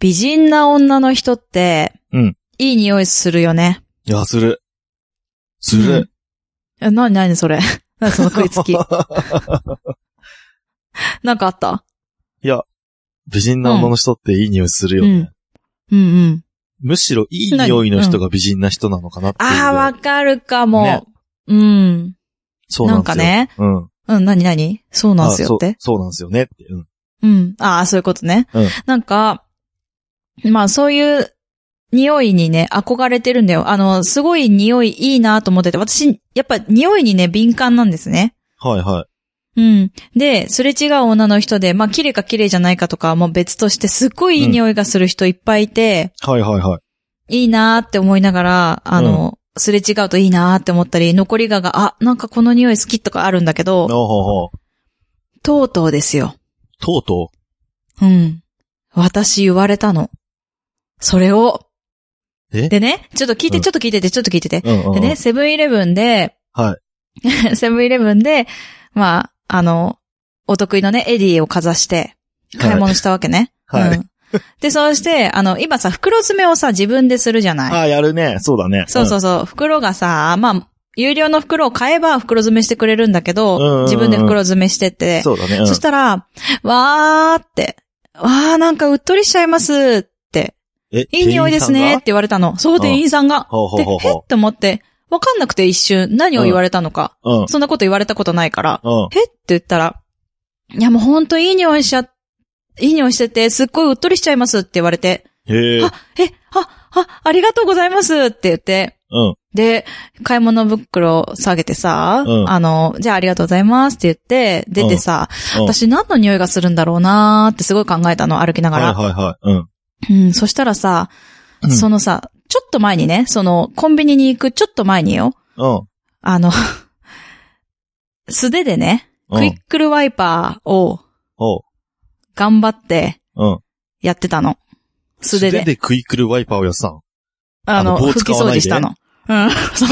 美人な女の人って、うんいい匂いするよね。いや、する。する。え、なになにそれ。 なにその食いつ き。なんかあった美人な女の人っていい匂いするよね。うんうんうん。むしろいい匂いの人が美人な人なのかなっていう。ああ、わかるかも。ねうん。そうななんですよ。んかね。うん。うん、なになにそうなんすよっあて。そうそうなんですよねって。うん。うん。ああ、そういうことね。うんなんか、まあそういう匂いにね、憧れてるんだよ。あの、すごい匂いいいなと思ってて、私、やっぱ匂いにね、敏感なんですね。はいはい。うん。で、すれ違う女の人で、まあ、綺麗か綺麗じゃないかとかはもう別として、すっごいいい匂いがする人いっぱいいて、はいはいはい。いいなーって思いながら、あの、すれ違うといいなーって思ったり、残りがが、あ、なんかこの匂い好きとかあるんだけおど、ほほ。とうとうですよ。とうとうん。私言われたの。それを。えでね、ちょっと聞いて、うんちょっと聞いてて、ちょっと聞いてて。う。うんうん、うでん。ね、セブンイレブンで、は セブンイレブンで、まあ、あの、お得意のね、エディをかざして、買い物したわけね。はいはいうんで、そうして、あの、今さ、袋詰めをさ、自分でするじゃない。ああ、やるね。そうだね。そうそううそう。袋がさ、まあ、有料の袋を買えば袋詰めしてくれるんだけうんうんうんうど、ん自分で袋詰めしてっんて、そうだね。うんそしたら、わーって、わーなんかうっとりしちゃいますって、え、いい匂いです店員ねさっんて言われたの。そう、ん店員さんが。が。ほうほで、うほうえっほて思って、わかんなくて一瞬何を言われたのか。う。うん。そんなこと言われたことないから、うん。えって言ったら、いやもうほんといい匂いしちゃ、いい匂いしてて、すっごいうっとりしちゃいますって言われて、へえ。あ、え、あ、あ、ありがとうございますって言って、うん。で、買い物袋を下げてさ、うんあの、じゃあありがとうございますって言って、出てさ、うん私何の匂いがするんだろうなーってすごい考えたの、歩きながはいら。はいはい。うん。うん、そしたらさ、うんそのさ、ちょっと前にね、その、コンビニに行くちょっと前によ、うん。あの、 素手でね、うクイッん。クルワイパーをおう。頑張ってうん。やってたの。素手で。でクイックルワイパーをやって たの。あの、あの棒拭き使わ掃ない除でしたの。 うん、そう。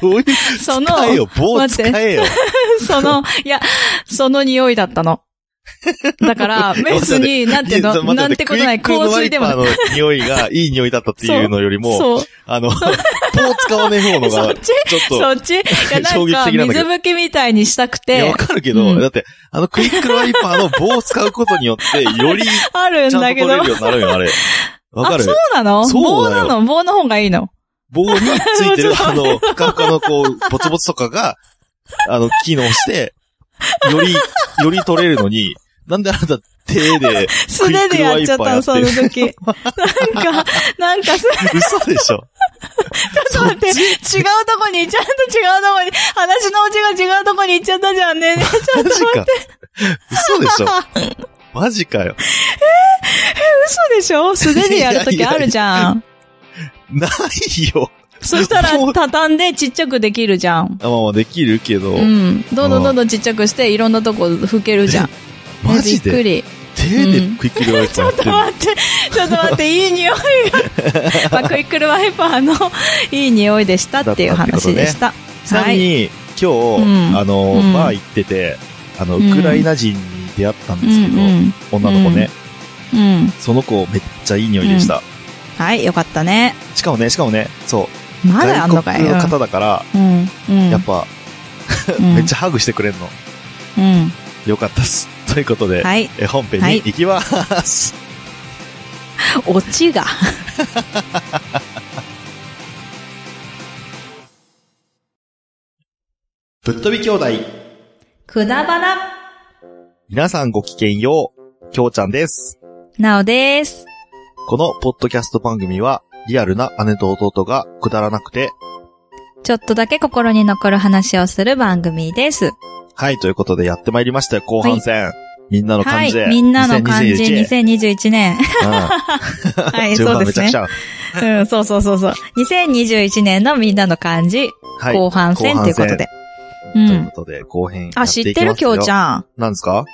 どういう、その、使えよ、棒待使ってえよ。 その、いや、その匂いだったの。だ から、別に、なんていういやちょの、っ待なっんてことない、クイック香ルワ水イでパもーなの匂いがいい匂いだったっていうのよりい。も、そう。あの、棒使わねえ方のそが、っちちょっと、そっちいや、な 衝ん撃か、的なんだけ水ど拭きみたいにしたくいや、わて、かるけど、うんだって、あのクイックルワイパーの棒を使うことによって、よ り、ちあるゃんんとだ取けれど。るようになるよ、あれ。わかあ、るそうなのそ棒うだなよの棒の方がいいの、棒について るちょっあの、ふかふかのこう、ボツボツとかが、あの、機能して、より、より取れるのに、なんであなた手で、素手でやっちゃったの、そクイのック時。なんか、なんかす、嘘でしちょょっと待って、違うとこに、ちゃんと違うとこに、話のうちが違うとこに行っちゃったじゃんね。ねマジか。嘘で しょ嘘マジかよ。 でしょ素手でやるときあるじゃ ん。ないよ。そしたらもう、畳んでちっちゃくできるじゃん。あまあまあできるけど、うん。どんどんどんどんちっちゃくして、いろんなとこ拭けるじゃん。マジびっくでり。手でクイックルワ イちパょーやっってと待るのって、ちょっと待って、いい匂いが。 まあ、クイックルワイパーのいい匂いでしたっていう話でした。ちなみはい。に、今うん日、あのうん、バー行ってて、あの、うウんクライナ人に出会ったんうですけど、ん女の子ね、うん。うん。その子めっちゃいい匂いでした。はい、よかったね。しかもね、しかもね、そう、まだあんの外かい国の方だから、うん。うん。やっぱ、うんめっちゃハグしてくれるの。うん。よかったっす。 ということで、はい。え本編はいに行きます。オチが。ぶっ飛び兄弟、くだばな。皆さんごきげんよう、きょうちゃんです。なおです。このポッドキャスト番組は、リアルな姉と弟がくだらなくて、ちょっとだけ心に残る話をする番組です。はい、ということでやってまいりましたよ、後半戦。みんなはの感いじ。。みんなの感じ、 2021 2021年。うん はい、順 そう番でめすちゃくねち。ゃ。うん、そうそうそうそう。2021年のみんなの漢字、はい。後半戦ということで。とうんいうことで、後編やっていきあ、ます知よ。ってるきょうちん。ゃん。なんですか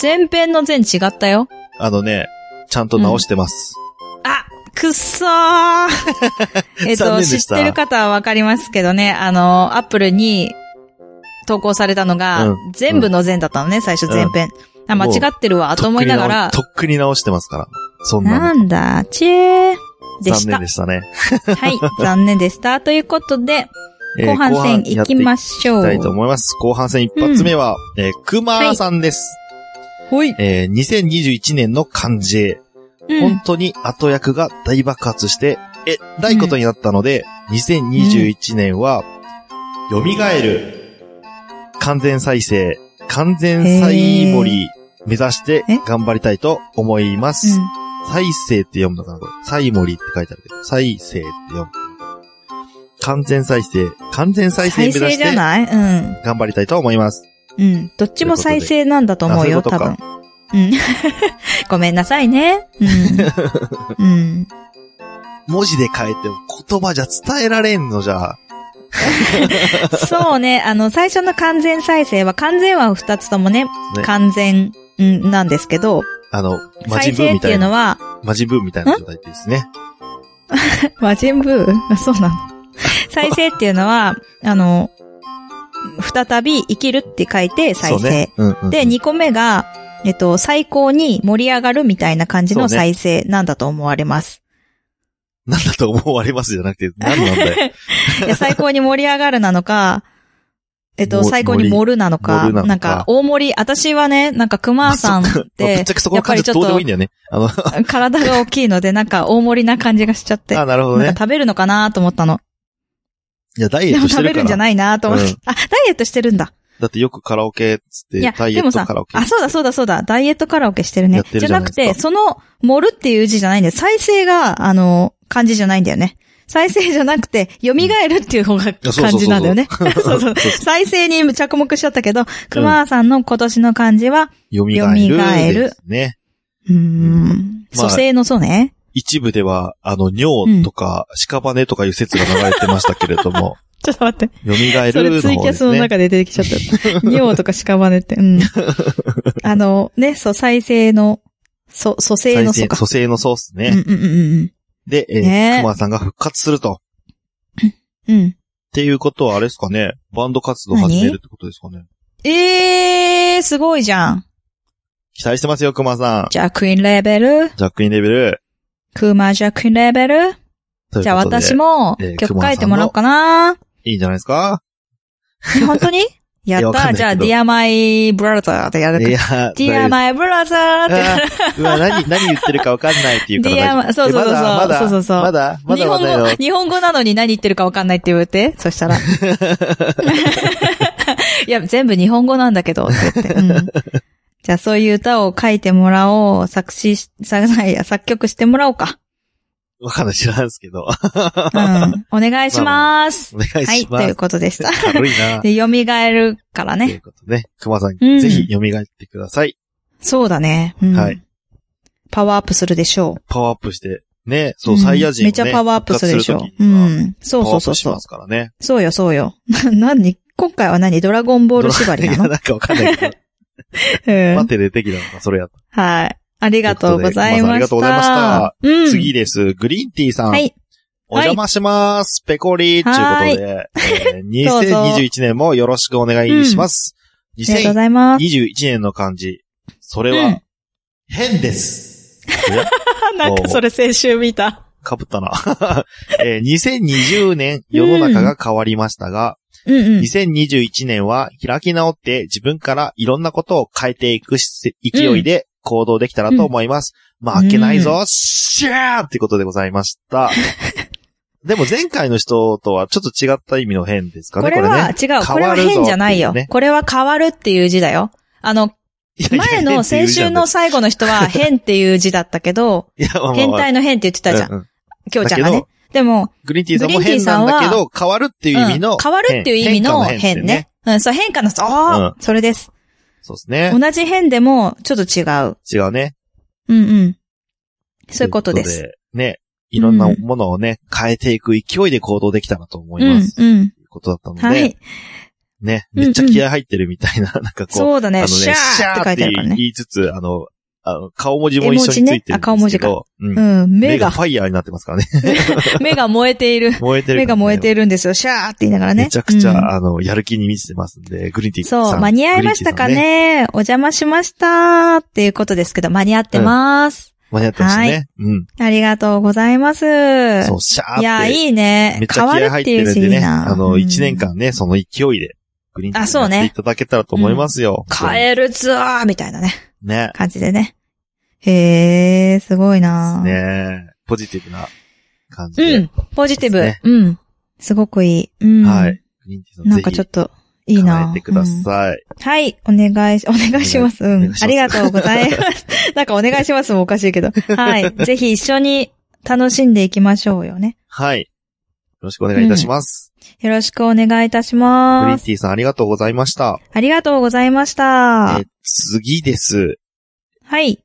前編の前違ったよ。あのね、ちゃんと直してます。あ、くっそー えっ残と、念知でっしたてる方はわかりますけどね、あの、アップルに投稿されたのが、うん全部の前だったのね、最初前編。あ、間違ってるわ、と思いながらと、っくに直してますから。そんなの。なんだ、ちえー。でし残た念で。したね。 はい、残念でした。ということで、えー後半戦行きまししょょう。やっていきたいと思います。後半戦一発目は、えー、くまさんです。ほい。えー、2021年の漢字絵。う本ん。当に後役が大爆発して、え、らいことになったので、2021年は、蘇る、完全再生、完全再盛り、目指してえ頑張りたいと思います。再生って読むのかなこれ。再盛りって書いてあるけど、再生って読む。完全再生、完全再生目再指生しじゃてないうん。頑張りたいと思います。うん。どっちも再生なんだと思うよ、という多ことで分。うん。 ごめんなさいね。うん。 うん。文字で書いても言葉じゃ伝えられんのじゃ。 そうね、あの、最初の完全再生は、完全は二つともね、完全うんなんですけど、あの、マ再ジブ生ーっみていたういなの。は、マジブーみたいな状態ですね。魔人ブー そうなの。 再生っていうのは、あの、再び生きるって書いて再そう生。ね。うんうんうんで、2個目が、えっと、最高に盛り上がるみたいな感じのそうね再生なんだと思われ ます。なんだと思われますじゃなくて、何なん だよ。いや最高に盛り上がるなのか、えっと、も最高に盛るなのか、盛るなのなかんか、大盛り、私はね、なんか熊さんっまあぶってちゃけそ、こやのっぱ感りじちょどうでもいいっんだよね。あの、と、体が大きいので、なんか大盛りな感じがしちゃって、 あ、なるほどなねん。か食べるのかなと思ったの。いや、ダイエでッもトして食べるるかんじゃら。ないなと思って、うんあ、ダイエットしてるんだ。だってよくカラオケっつっていや、、ダイエでもットさカラオ、ケ。あ、そうだそうだそうだ、ダイエットカラオケしてるやねっ。てじるじゃゃなないでくすかて、その、盛るっていう字じゃないんだよ。再生が、あの、漢字じゃないんだよね。再生じゃなくて、蘇るっていう方がそうそうそうそう漢字なんだよね。そう そうそうそう再生に着目しちゃったけど、熊さんの今年の漢字は、 蘇蘇る。るですね。うーん、ま蘇あ生の蘇ね。一部では、あの、尿とか、屍とかいう説が流れてましたけれども、ちょっと待って。蘇るそれのツイ方キャでスすのね。中で出てきちゃ った。尿とか屍って。うん。あの、ね、そう、再生の、蘇、蘇生再の蘇生、か。蘇生のソースうんうね。んうんで、えねー、熊さんが復活すると。っうん。うん。ていうことはあれですかね、バンド活動を始めるってことですかね。ええー、すごいじゃん。期待してますよ、熊さん。じゃあ、クイーンレーベルジャックインレベル。クマじゃあクイーンレーベルということでじゃあ、私。もえー曲書いてもらおうかな。いいんじゃないですかえ本当にやっわかた。んな いけどじゃあ、Dear My Brother でやるいか。や、 Dear My Brother ってやる。うわ、何、何言ってるか分かんないっていう から大丈夫。 Dear- そうそうそうえまだ、そうそうそうまだ、まだ、ま日だ本話題語の、。日本語なのに何言ってるかわかんないって言うて。そ したら。いや、全部日本語なんだけど、って言って。うんじゃあ、そういう歌を書いてもらおう。作詞し、さないや、作曲してもらおうか。わかんない、知らんすけど。 うん。お願いします。お願いします。はい、ということでした。軽いな。 で、蘇るからとねい。うことね。熊さん、うんぜひ蘇ってください。そうだね。うんはい。パワーアップするでしょう。パワーアップして。ね、そう、んサイヤ人をねめちゃパワーアップするでしょ復活う。うする時にはん。そうパワーそうそアップうしそうま。すからね。そうよ、そうよ。 な、何今回は何ドラゴンボール 縛りなドラのなんかわかんないけ ど。うマんテレ的なのか、それやった。はい。ありがとうございました。ということで熊さうん。次です。グリーンティーさん。はい。お邪魔します。ペコリということで、えー どうぞ2021年もよろしくお願いします。ありがとうございます。 2021年の漢字、それうはん、変です。なんかそれ先週見た。かぶったな、 えー2020年、世の中が変わりましたが、うんうん。 2021年は開き直って自分からいろんなことを変えていくし勢いで行動できたらと思います。負けないぞ、シャーってことでござい ました。でも前回の人とはちょっと違った意味の変ですかね、これこれは、ね。違う。これは変わるぞっていうね変じゃないよ。これは変わるっていう字だよ。あの、いやいや前の先週の、最後の人は変っていう字だったけど、変 って言うじゃんいやまあまあ変まあ態の変って言ってたじゃん。ううきょうちゃんがだねけ。でも、グリーンティーさんも変なんだけど、変わるっていう意味の、うん変わるっていう意味の変変。ね。うん、そう、変化の、そう、それです。そうですね。同じ変でも、ちょっと違う。違うね。うんうん。そういうことです。。ね。いろんなものをね、変えていく勢いで行動できたなと思ういまんす。というん。うことだったので、はい。ね、めっちゃ気合入ってるみたいな、なんかこう、 そうだあのね、ね、シャーって書いてあるからね。言いつつ、あの、あの、顔文字も一緒についてるんですけ絵文字ねど。あ顔文字かうんうん、目目ががフ、ァイヤーになってますからね。 目が燃えてい る。燃えてる、目が燃えてる、いるんですよ。シャーって言いながらね。めちゃくちゃ、うんあの、やる気に満ちてますんで、グリーンティーさん。そう、間に合いましたかねグリーンティーさんお邪魔しましたっていうことですけど、間に合ってます。間に合ってましたはね。うん。ありがとうございます。そう、シャーって。いや、いいねめっ。ち変ゃわ気る合入っっていてうるんし、でいいね。な。あの、うん1年。間ね、その勢いで、グリーンティあそうーねやっていただけたらと思いますよ。カエルツアーみたいなね、ね。感じでね。へえ、すごいな。ねポジティブな感じで。うん、ポジティブ。ですうん。すごくいい。うん。はい。グリーンティーさん、なんかちょっと、いいな。叶えてくだうんさい。はい、お願いし、お 願いします。うお願いしんま。すありがとうございます。 なんかお願いしますもおかしいけど。はい。ぜひ一緒に楽しんでいきましょうよね。はい。よろしくお願いいたします。よろしくお願いいたしグリーンます。ティーさん、ありがとうございました。ありがとうございましたえ。次です。はい。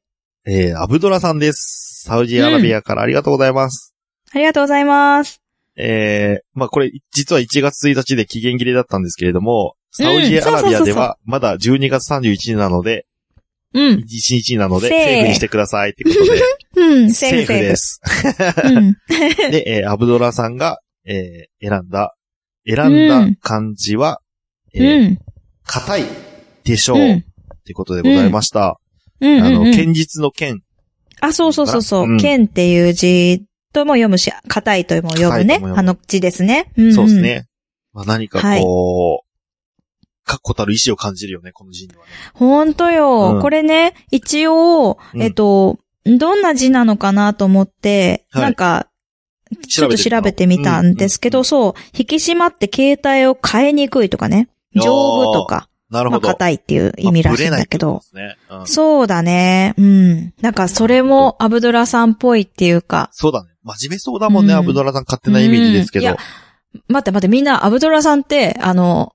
えーアブドラさんです。サウジアラビアからありがとうございます。ありがとうございます。えーまあこれ、実は1月1日で期限切れだったんですけれども、サウジアラビアではまだ12月31日なので、うん1。日なので、せーセーフにしてくださいっ てことで、うん。セーセーフフセーでフ。す。 うん。で、えーアブドラさんが、えー選んだ、選んだ漢字は、うえーん。硬いでしょう、うっん。てことでございました。うん。あうの、んうん。堅実の剣、あ、そうそうそうそうう。ん剣っていう字とも読むし、硬いとも読む硬いねとも。読むあの字ですね。うんんそうです。ね。まあ何かこう、確固たる意志を感じるよね、この字にはね。ほんとよ。うんこれね、一応、うんえっと、どんな字なのかなと思って、はいなんか、ちょっと調べてみたんですけど、うんそう、引き締まって形態を変えにくいとかね、丈夫とか、なるまほあ、ど。硬いっていう意味らしいんだけど、。まあぶれないってことですねうんそうだね。うん。なんか、それもアブドラさんっぽいっていうか、そうだね。真面目そうだもんね、うんアブドラさん勝手なイメージですけど。うんいや待って待って、みんなアブドラさんって、あの、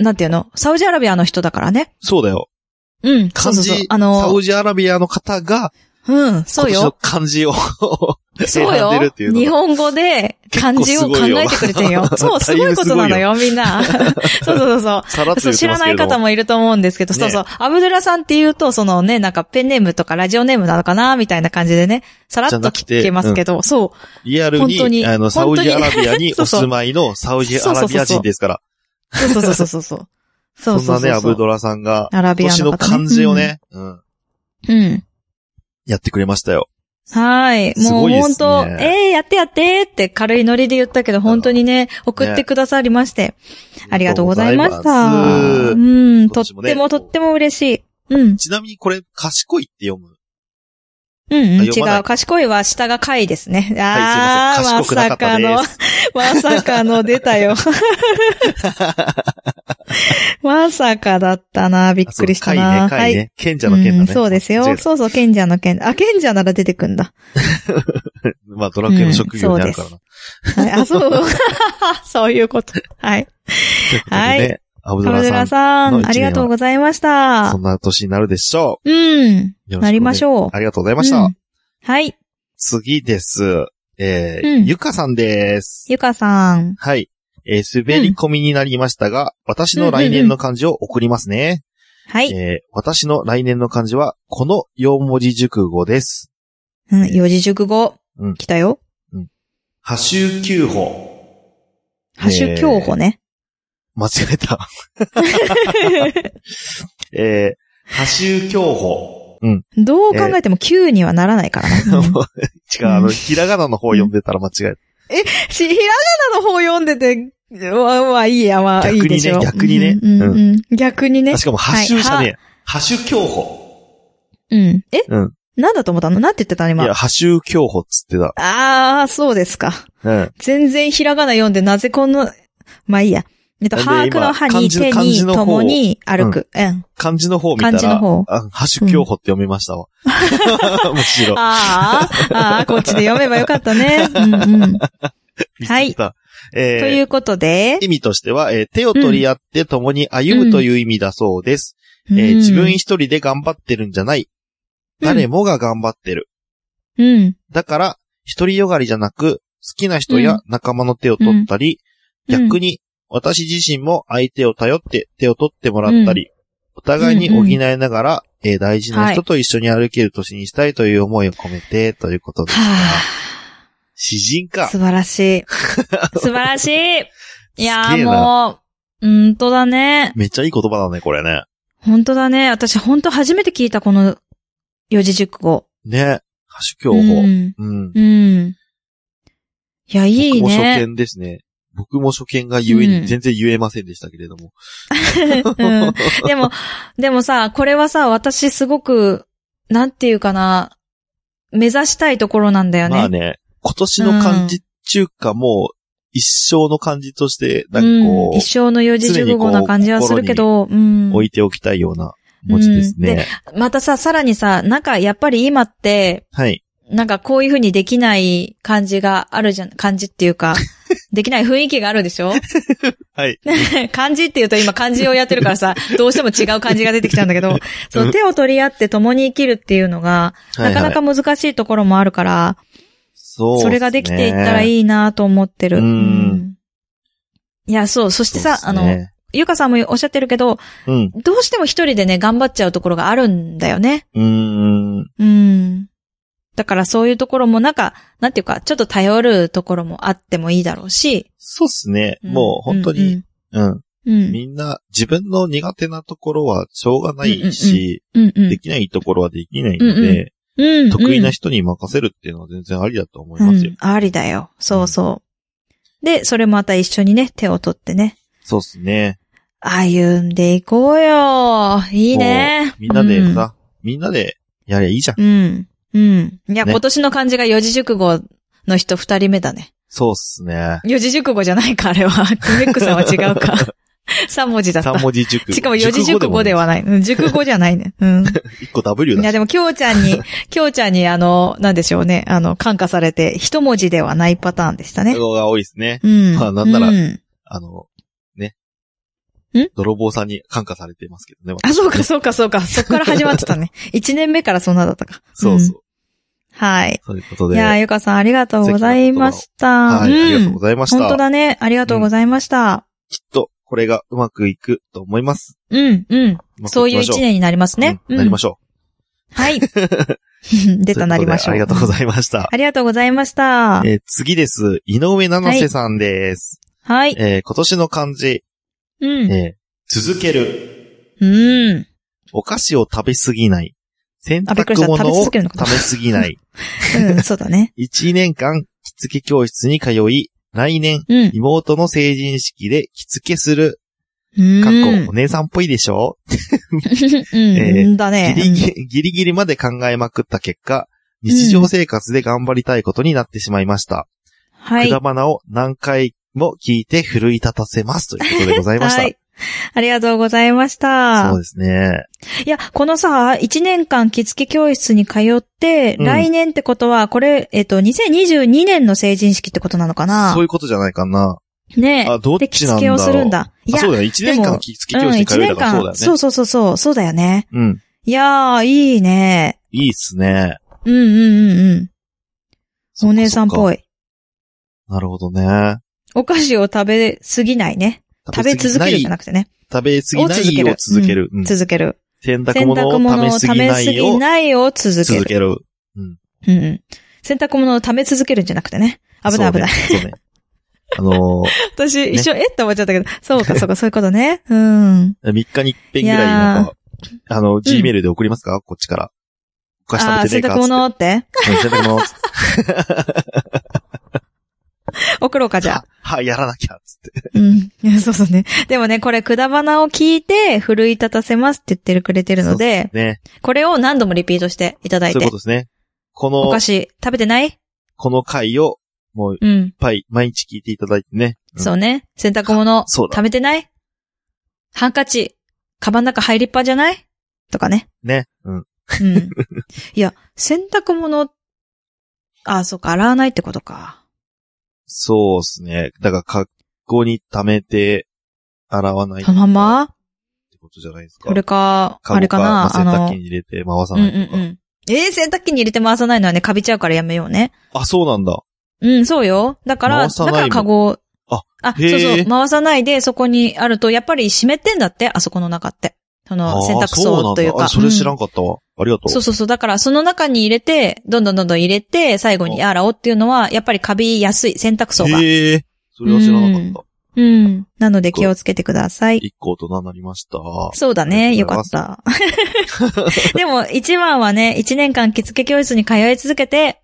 なんていうの、サウジアラビアの人だからね。そうだよ。うん。そう漢そう字そう。あサのウ、ジアラビアの方が、うん、今そう年よ。の漢字を 選そうよんでるっていうのが日本語で漢字を考えてくれてんよ。結構すごいよそう、すごいことなのよ、みん な。そうそうそうそう。さらっとそ言うって知まらすなけれいど方も。もいると思うんですけど、ねそうそう。アブドゥラさんっていうと、そのね、なんかペンネームとかラジオネームなのかなみたいな感じでね、さらっとじゃなく聞てけますけど、そう。リアル本当に、にあの、サウジアラビ本当アにおに そうそう住まいのサウジアラビア人ですから。そうそうそうそうそう。そう そそんうなそね、う。アブドラさんが、アラビ今ア年のの方ね漢字を。ね、うん、うん。うんやってくれましたよ。はい。すもごういですね本当、ええやってやってって軽いノリで言ったけど、本当にね、送ってくださりまして。ありがとうございましありがとうござた。いうますん、とっ私もねてもとっても嬉しい。うん、ちなみにこれ、賢いって読む。うん、うん、違。読まないう賢いは下が回ですね。はあい、すいー、まません。賢くなかさっかたので、す。まさかの出た よ。まさかだったな、びっくりしたな。あそうかはい。いね、かいね。賢者の賢だうんね。そうですよ。そうそう、賢者の賢。あ、賢者なら出てくんだ。まあ、ドラクエの職業になるからな。はい、あ、そう。 そういうこと。はい。ということではねいアブカドルデララささの一年ん、はありがとうございましん、たそ。んな年になるでしょうん。う。よろくお願いなりましょう。ありがとうございました。うんはい。次です。えーうんゆかさんです。ゆかさん。はい。えー滑り込みになりましたが、私の来年の漢字を送りますね。はい。えー私の来年の漢字は、この4文字熟語です。うん、四字熟語。うん来たよ。波州九法。ハッシュ競歩ね。間違えた。 えー、波州競歩。うん。どう考えても9にはならないからな。うん 違う、あの、ひらがなの方読んでたら間違えし、ひらがなの方読んでて、わ、わ、いいや、まあ、いいでしょ。逆にね逆うにんねうんうん逆にた。ねあ。しかも、波州じゃねえ。波州競歩。うん。えうん。なんだと思ったのなんて言ってたのい今や、。波州競歩っつってた。あー、そうですか。うん。全然ひらがな読んで、なぜこの、まあいいや。えっと、で把握の今歯漢に字の手漢字にの方共に歩く。うん。漢字の方見たら、漢字の方あ波州競歩って読めましたわ。 むし ろ。あー、あー、こっちで読めばよかったね。うんうん。見つけた。えーということで。意味としては、えー手を取り合って共に歩むという意味だそうです。えーうん自分一人で頑張ってるんじゃない。誰もが頑張ってる。うん。だから、一人よがりじゃなく、好きな人や仲間の手を取ったうり、ん逆に私自身も相手を頼って手を取ってもらったり、お互いに補いながら、えー大事な人と一緒に歩ける年にしたいという思いを込めて、ということですが、詩人あか。素晴らし い。素晴らしい。いやすげーえなもう、本当だね。めっちゃいい言葉だね、これね。本当だね。私本当初めて聞いたこの四字熟語。ね。歌手競う歩。ん。うん。うん。いや、いい僕も初ね。見ですね。僕も初見がゆえうんに、全然言えませんでしたけれども。うんでも、でもさ、これはさ、私すごく、なんていうかな、目指したいところなんだよね。まあね、今年の漢字中華もう一生の漢字として、なんかこうん、う、一生の四字熟語な感じはするけど、うん。置いておきたいような文字ですうんね。またさ、さらにさ、なんかやっぱり今って、はい。なんかこういう風にできない感じがあるじゃん、感じっていう か、できない雰囲気があるでしょ はい。漢字っていうと今漢字をやってるから さ、どうしても違う漢字が出てきちゃうんだけど、そう、手を取り合って共に生きるっていうのが、はないかなはいか難しいところもあるから、そうっすね。それができていったらいいいなと思ってる。うんうんいや、そう、そしてさ、あの、ゆかさんもおっしゃってるけど、あの、うん。どうしても一人でね、頑張っちゃうところがあるんだよね。うーん。うん。だからそういうところもなんか、なんていうか、ちょっと頼るところもあってもいいだろうし。そうっすね。んもう本当に、。ううん。ん。うんみんな自分の苦手なところはしょうがないし、うんうんできないところはできないので、うん。得意な人人に任せるっていうのは全然ありだと思いますよ。ありだよ。そうそう。で、それまた一緒にね、手を取ってね、そうっすね。歩んでいこうよ。いいね。みんなでうさ、みんなでやりゃいいじゃん。ん。うん。うん。いや、ね今年の漢字が四字熟語の人二人目だね。そうっすね。四字熟語じゃないか、あれは。クメックさんは違うか。三文字だった三。文字熟語。しかも四字熟語ではなない。うん熟語じゃないね。うん。い。一個 W いや、だし。でも、きょうちゃんに、 きょうちゃんに、あの、なんでしょうね。あの、感化されて、一文字ではないパターンでしたね。語が多いですね。うん。まあなんならうんあの、ね。ん泥棒さんに感化されてますけどね。あ、そうか、そうか、そうか。そこから始まってたね。 一年目からそんなだったか。そうそう。うん。はい。そういうこといで。やー、ゆかさん、ありがとうございました。はい、ありがとうございざいました。本当だね。ありがとうございました。きっと、これがうまくいくと思います。うん、うん。まくそういう一年になりますね。うんなりましうんょ はい。 う。出たなりましょう。ということでありがとうごいまざいました。ありがとうございました。えー次です。井上七瀬さんです。はい。えー今年の漢字、うん。えー続ける。うん。お菓子を食べ過ぎない。洗あびっくりし濯た物食べ続を食けべるのかと過ぎない。うん、そうだね。一年間、着付け教室に通い、来年、うん。妹の成人式で着付けする。うん。かっこ、お姉さんっぽいでしょ、えうん。だね。ギリギリ、ギリギリまで考えまくった結果、日常生活で頑張りたいことになってしまいました。はくい。だばなを何回も聞いて奮い立たせます。ということでございました。はい。ありがとうございましそうた。ですね。いや、このさ、1年間着付け教室に通って、うん来年ってことは、これ、えっと、2022年の成人式ってことなのかなそういうことじゃないかな。ねあ、どっで、着ちなん付けだろう。をするんだ。いあや、そうだね。一年で間も着付け教室に通えたからそうだよね。そうそうそうそう、そうだよね。うん。いやー、いいね。いいっすね。うんうんうんうん。お姉さんっい。ぽい。なるほどね。お菓子を食べすぎないね。食べ続けるじゃなくてね。食べ過ぎなを続けいるを続ける。うん続ける。洗洗濯物濯を物を食べ過食ぎべな過いぎをないを続け続る。けうる。んうん。洗濯物を溜め続けるんじゃなくてね。危ない危 ない。そうね。そうねあの私、ね一瞬、えって思っちゃったけど。そうか、そうか、そういうことね。うん。ー、3日に一遍ぐらいなんか、あの、G メールで送りますかこっちから。お菓あ子あー、食べ洗てね濯えか物って っつって。うん洗濯物。 送ろうか、じゃあ。はい、やらなきゃ。つって。うん。いやそうそうね。でもね、これ、くだばなを聞いて、奮い立たせますって言ってくれてるので、ね。これを何度もリピートしていただそういいてうこと。ですね。こおの菓、子、食べてないこの回を、もういっうん。ぱい毎日聞いていただいてね。うんそうね。洗濯物、そうだ溜めてないハンカチ、カバンの中入りっぱじゃないとかね。ね。うん。うん。いや、洗濯物、あ、そうか、洗わないってことか。そうっすね。だから、格好に溜めて、洗わないっそてのままことじゃないですかこ。れか、カゴあれかまな、あ洗濯の機に、入れて回さうんうなんいとか。うん。えー洗濯機に入れて回さないのはね、カビちゃうからやめようね。あ、そうなんだ。うん、そうよ。だから、回さなだいもんからカゴをあ、あ、そへーうそう、回さないでそこにあると、やっぱり湿ってんだって、あそこの中って。その選択あーそうなん層だというか。あそれ知らうんかったわ。ありがとう。そうそうそう。だから、その中に入れて、どんどんどんどん入れて、最後にあらおっていうのは、やっぱりカビやすい選択層が。へえ。それは知らなかった。うん。なので気をつけてください。一個大人になりました。そうだあね。りよがとかうごっざいた。 でも、一番はね、一年間着付け教室に通い続けて、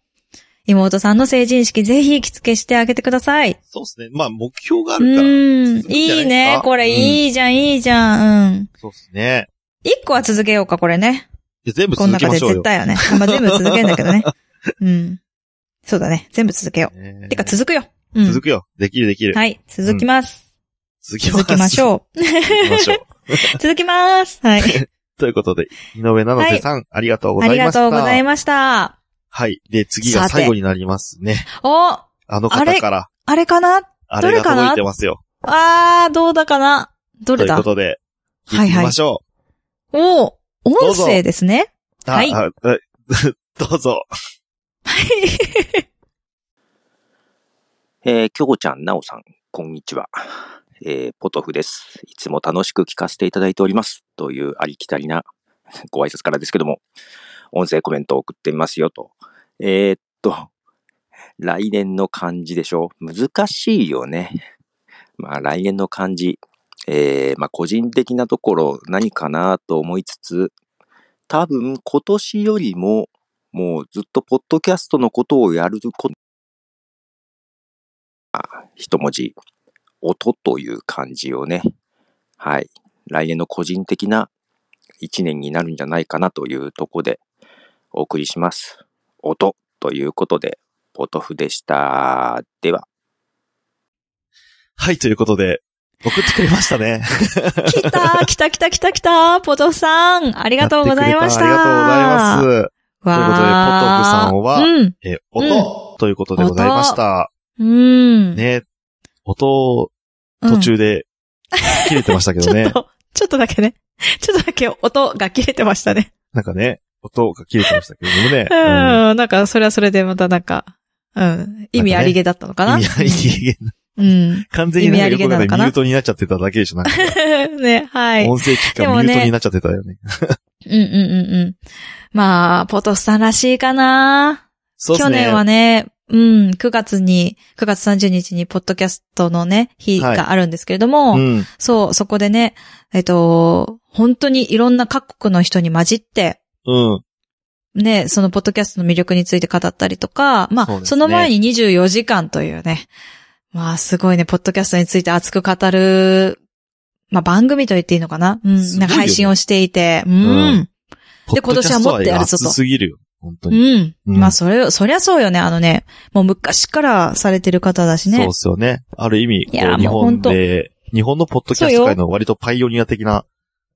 妹さんの成人式ぜひ着付けしてあげてください。そうですね。まあ、目標があうるから。ん。続くんじゃないですかいいね。これ、うんいいじゃん、いいじゃん。うん。そうですね。一個は続けようか、これね。いや全部この続中けまでしょう絶よ。対よね。まあ、全部続けんだけどね。 うん。そうだね。全部続けよねえう。てか、続くよ。うん。続くよ。できるできる。はい。続きます。続きます続きましょう。続きましょう。 続きます。はい。ということで、井上七瀬さん、ありがとうござありいまがした。とうございました。はい。で、次が最後になりますね。おあの方から、あれかなあどれれかがな届いてますよ。あー、どうだかなどとれいうだことで、は聞いきはいましょおーどう音ぞ声ですね。う。はいあ。あえ どうぞ。えー、きょうちゃん、なおさん、こんにちは。えー、ポトフです。いつも楽しく聞かせていただいております。というありきたりなご挨拶からですけども、音声コメントを送ってみますよと。えー、っと、来年の漢字でしょ難しいよね。まあ、来年の漢字、えー、まあ、個人的なところ何かなと思いつつ、多分今年よりも、もうずっとポッドキャストのことをやること一文字、音という漢字をね、はい、来年の個人的な一年になるんじゃないかなというとこでお送りします。音ということで、ポトフでした。では。はい、ということで、送ってくれましたね。来 た来た来た来た来たポトフさんありあがとうございました。ありがとうございますす。わーということでポうトフさんはん。えー、音、ということでございました。うん。ね。音、うん、途中で、切れてましたけどねちょっ。と、ちょっとだけね。ちょっとだけ音が切れてましたね。なんかね、音が切れてましたけれどもね。うん。なんか、それはそれでまたなんか、うん。意味ありげだったのかな意味ありげうん。 完全になん意味かありげ横ながのミかなュートになっちゃってただけでしょ。なんか ね、はい。音声機でがもミュねートになっちゃってたよね。うんうんうんうん。まあ、ポトスさんらしいかな、そうです去ね。年はね、うん、9月に、9月30日に、ポッドキャストのね、日はいがあるんですけれども、うん。そう、そこでね、えっと、本当にいろんな各国の人に混じって、うん。ね、そのポッドキャストの魅力について語ったりとか、まあ、そうそですねの前に24時間というね、まあ、すごいね、ポッドキャストについて熱く語る、まあ、番組と言っていいのかなうすごん、いよねなんか配信をしていて、うんで今年はもっとやるぞとポッドキャスト愛が熱すぎるよ。本当に。うん。うんまあ、それ、そりゃそうよね。あのね、もう昔からされてる方だしそうねっ。すよね。ある意味、こいやーもうう日本ほで、日本のポッドキャスト界の割とパイオニア的な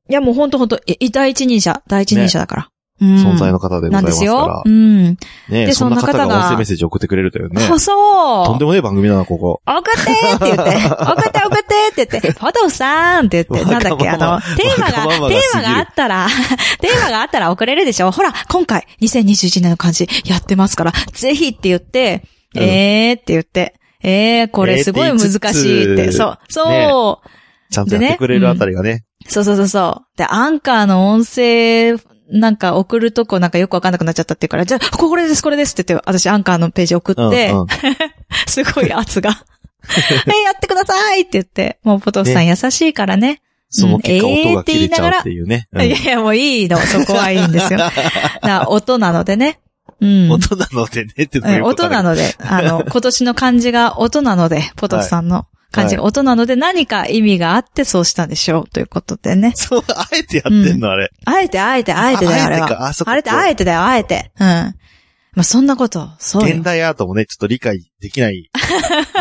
いや、もうほんとほんと、い第一人者、第一人者だから。うん存在の方でござないんまですすよか。うら。ん。ねでそんなそんな方方がが音声メッセージ送ってくれるというねあ。そう。とんでもねえ番組だな、ここ。送って って言って、送って送ってって言って、ポトフさんって言って、わなんだがまっけ、まあの、テーマわがままが、がテすーぎマるがあったら、 テーマがあったら送れるでしょほら、今回、2021年の感じやってますから、ぜひって言って、うんえーって言って、えー、これすごい難しいっえーって言いて、つつそう、ねそう。ちゃんとやってくれでるねあたりがね。そうそうそうそう。で、アンカーの音声、なんか送るとこなんかよくわかんなくなっちゃったっていうから、じゃあ、これです、これですって言って、私アンカーのページ送うん。っうて、んすごい圧が。 え、やってくださいって言って、もうポトフさん優しいからね。その結果うんえー音が切れちゃうっていうね。いやいや、もういいの、そこはいいん ですよ。だから音なのでね。うん。うん音なのでねってどうういんうこと音なのだねで、あ の、今年の漢字が音なので、ポトフさんの漢字が音なので、何か意味があってそうしたんでしょう、ということでね。そう、あえてやってんの、あれ。あえて、あえて、あえてだよ、あれは。か、あそこあれって、あえてだよ、あえて。うん。まあ、そんなこと、そうよ。現。代アートもね、ちょっと理解できない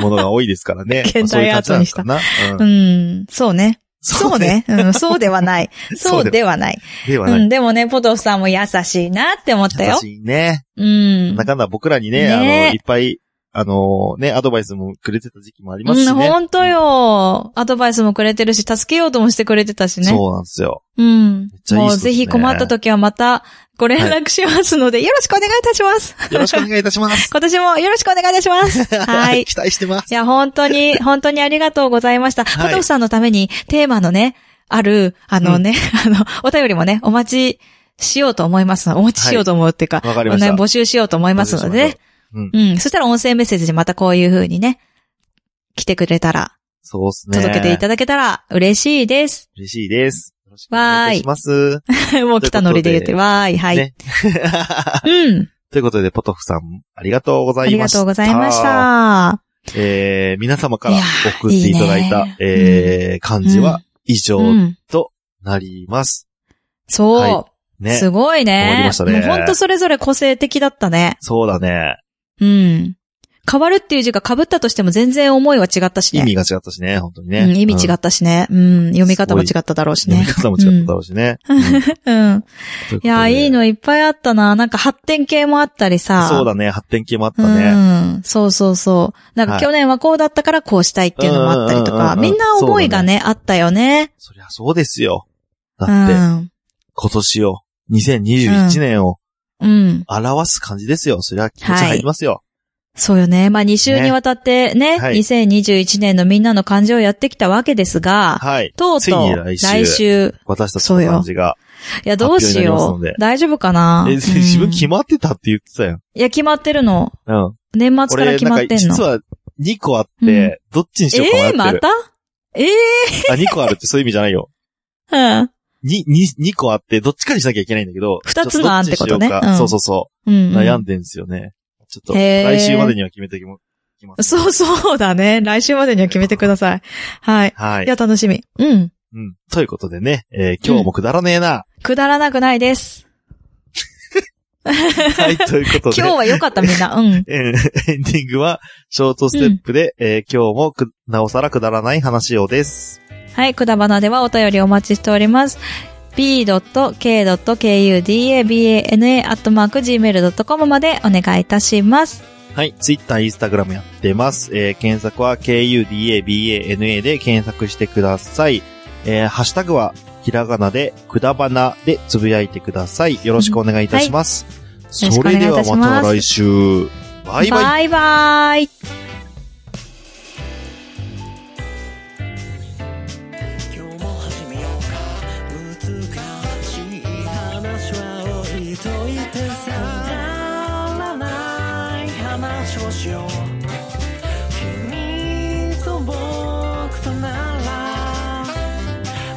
ものが多いですからね 現代アートにしたまあそういう感じなのかうな。うんん、そうね。そう。ね。うん、そうではない。 そそううでではない。ではうない。ん、でもね、ポトフさんも優しいなって思った優よ。しいね。うん。なかなか僕らにね、ねあの、いっぱい、あの、ね、アドバイスもくれてた時期もありますしうん、ね。ほんとよ。アドバイスもくれてるし、助けようともしてくれてたしね。そうなんですよ。うんっ。ちゃいい人もでうすねぜひ困った時はまたご連絡しますので、よろしくお願いいたします。よろしくお願いいたします。今年もよろしくお願いいたします。 はい。 期待してます い。や、本当に、本当にありがとうございました。はいポトフさんのためにテーマのね、ある、あのうんね、 あの、お便りもね、お待ちしようと思いますのお待ちしようと思うっていうか、わかりおました。悩み募集しようと思いますのでね。うん。うん。そしたら音声メッセージでまたこういう風にね、来てくれたら、そうですね。届けていただけたら嬉しいです。 嬉しいです。よろしくお願いします。もう来たノリで言って、ということでわーい、はい。ね。 うん。ということで、ポトフさん、ありがとうござあいりまがした。とうございまし。た。えー、皆様からいやー送っていただいた、いいねえー、感じは以上うにん。なります。はそう。ね。すごいね。頑張りましたねもう本当それぞれ個性的だったね。そうだね。うん。変わるっていう字が被ったとしても全然思いは違ったしね。意味が違ったしね、本当にね。うん、意味違うんったしね。うん。読み方も違っただろうしね。読み方も違っただろうしね。うん うん。いや、いい。とうことでのいっぱいあったな。なんか発展系もあったりさ。そうだね、発展系もあったね。うん。そうそうそう。なんはかい去年はこうだったからこうしたいっていうのもあったりとうんうんうんうか、んみんな思いがね、あったよね。そりゃそうですよ。だうって、ん。今年を、2021年をうん。表す感じですよ。そりゃ気持ち入りますよ。そうよね。まあ2週にわたってね、ねはい2021年のみんなの感じをやってきたわけですが、はい。とうついとにう来来週週、私たちの感じが。いや、どうし発表よになりますのでう。大丈夫かなえ、自分決うんまってたって言ってたよ。いや、決まってるの。うん。年末から俺、決なまんっかてんの実。は2個あって、どっちにしようか迷えっえてる。またええあ、2個あるってそういう意味じゃないよ。うん。に、に、2個あって、どっちかにしなきゃいけないんだけど。二つの案ってことねちょどっちにしようかうんそうそうそうんう。悩んでんですよね。ちょっと、へー来週までには決めてきもきます。そうそうだね。来週までには決めてください。はい。はいいや、。楽しみ。うん。うん。ということでね、えー今日もくだらねえな。くだらなくないです。はい、ということで。今日は良かったみん な。うん。えーエンディングは、ショートステップで、えー今日もく、なおさらくだらない話をです。はい。くだばなではお便りお待ちしております。b.k.kudabana.gmail.com までお願いいたします。はい、ツイッター、インスタグラムやってます。えー検索は KUDABANA で検索してください。えーハッシュタグは、ひらがなで、くだばなでつぶやいてください。よろしくお願いいたします。いよろしそくおれ願いいではたしますまた来週。バイバイ。バイバイ今日も始めようか難しい話は置いといてさくだらない話をしよう君と僕となら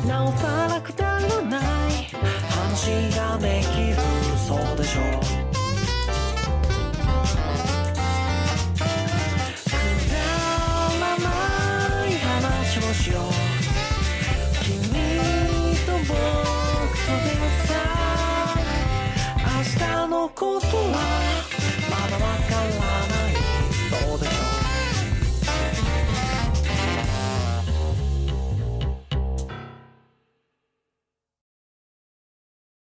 なおさらくだらない話ができるそうでしょうくだらない話をしよう「君と僕とでさ」「明日のことは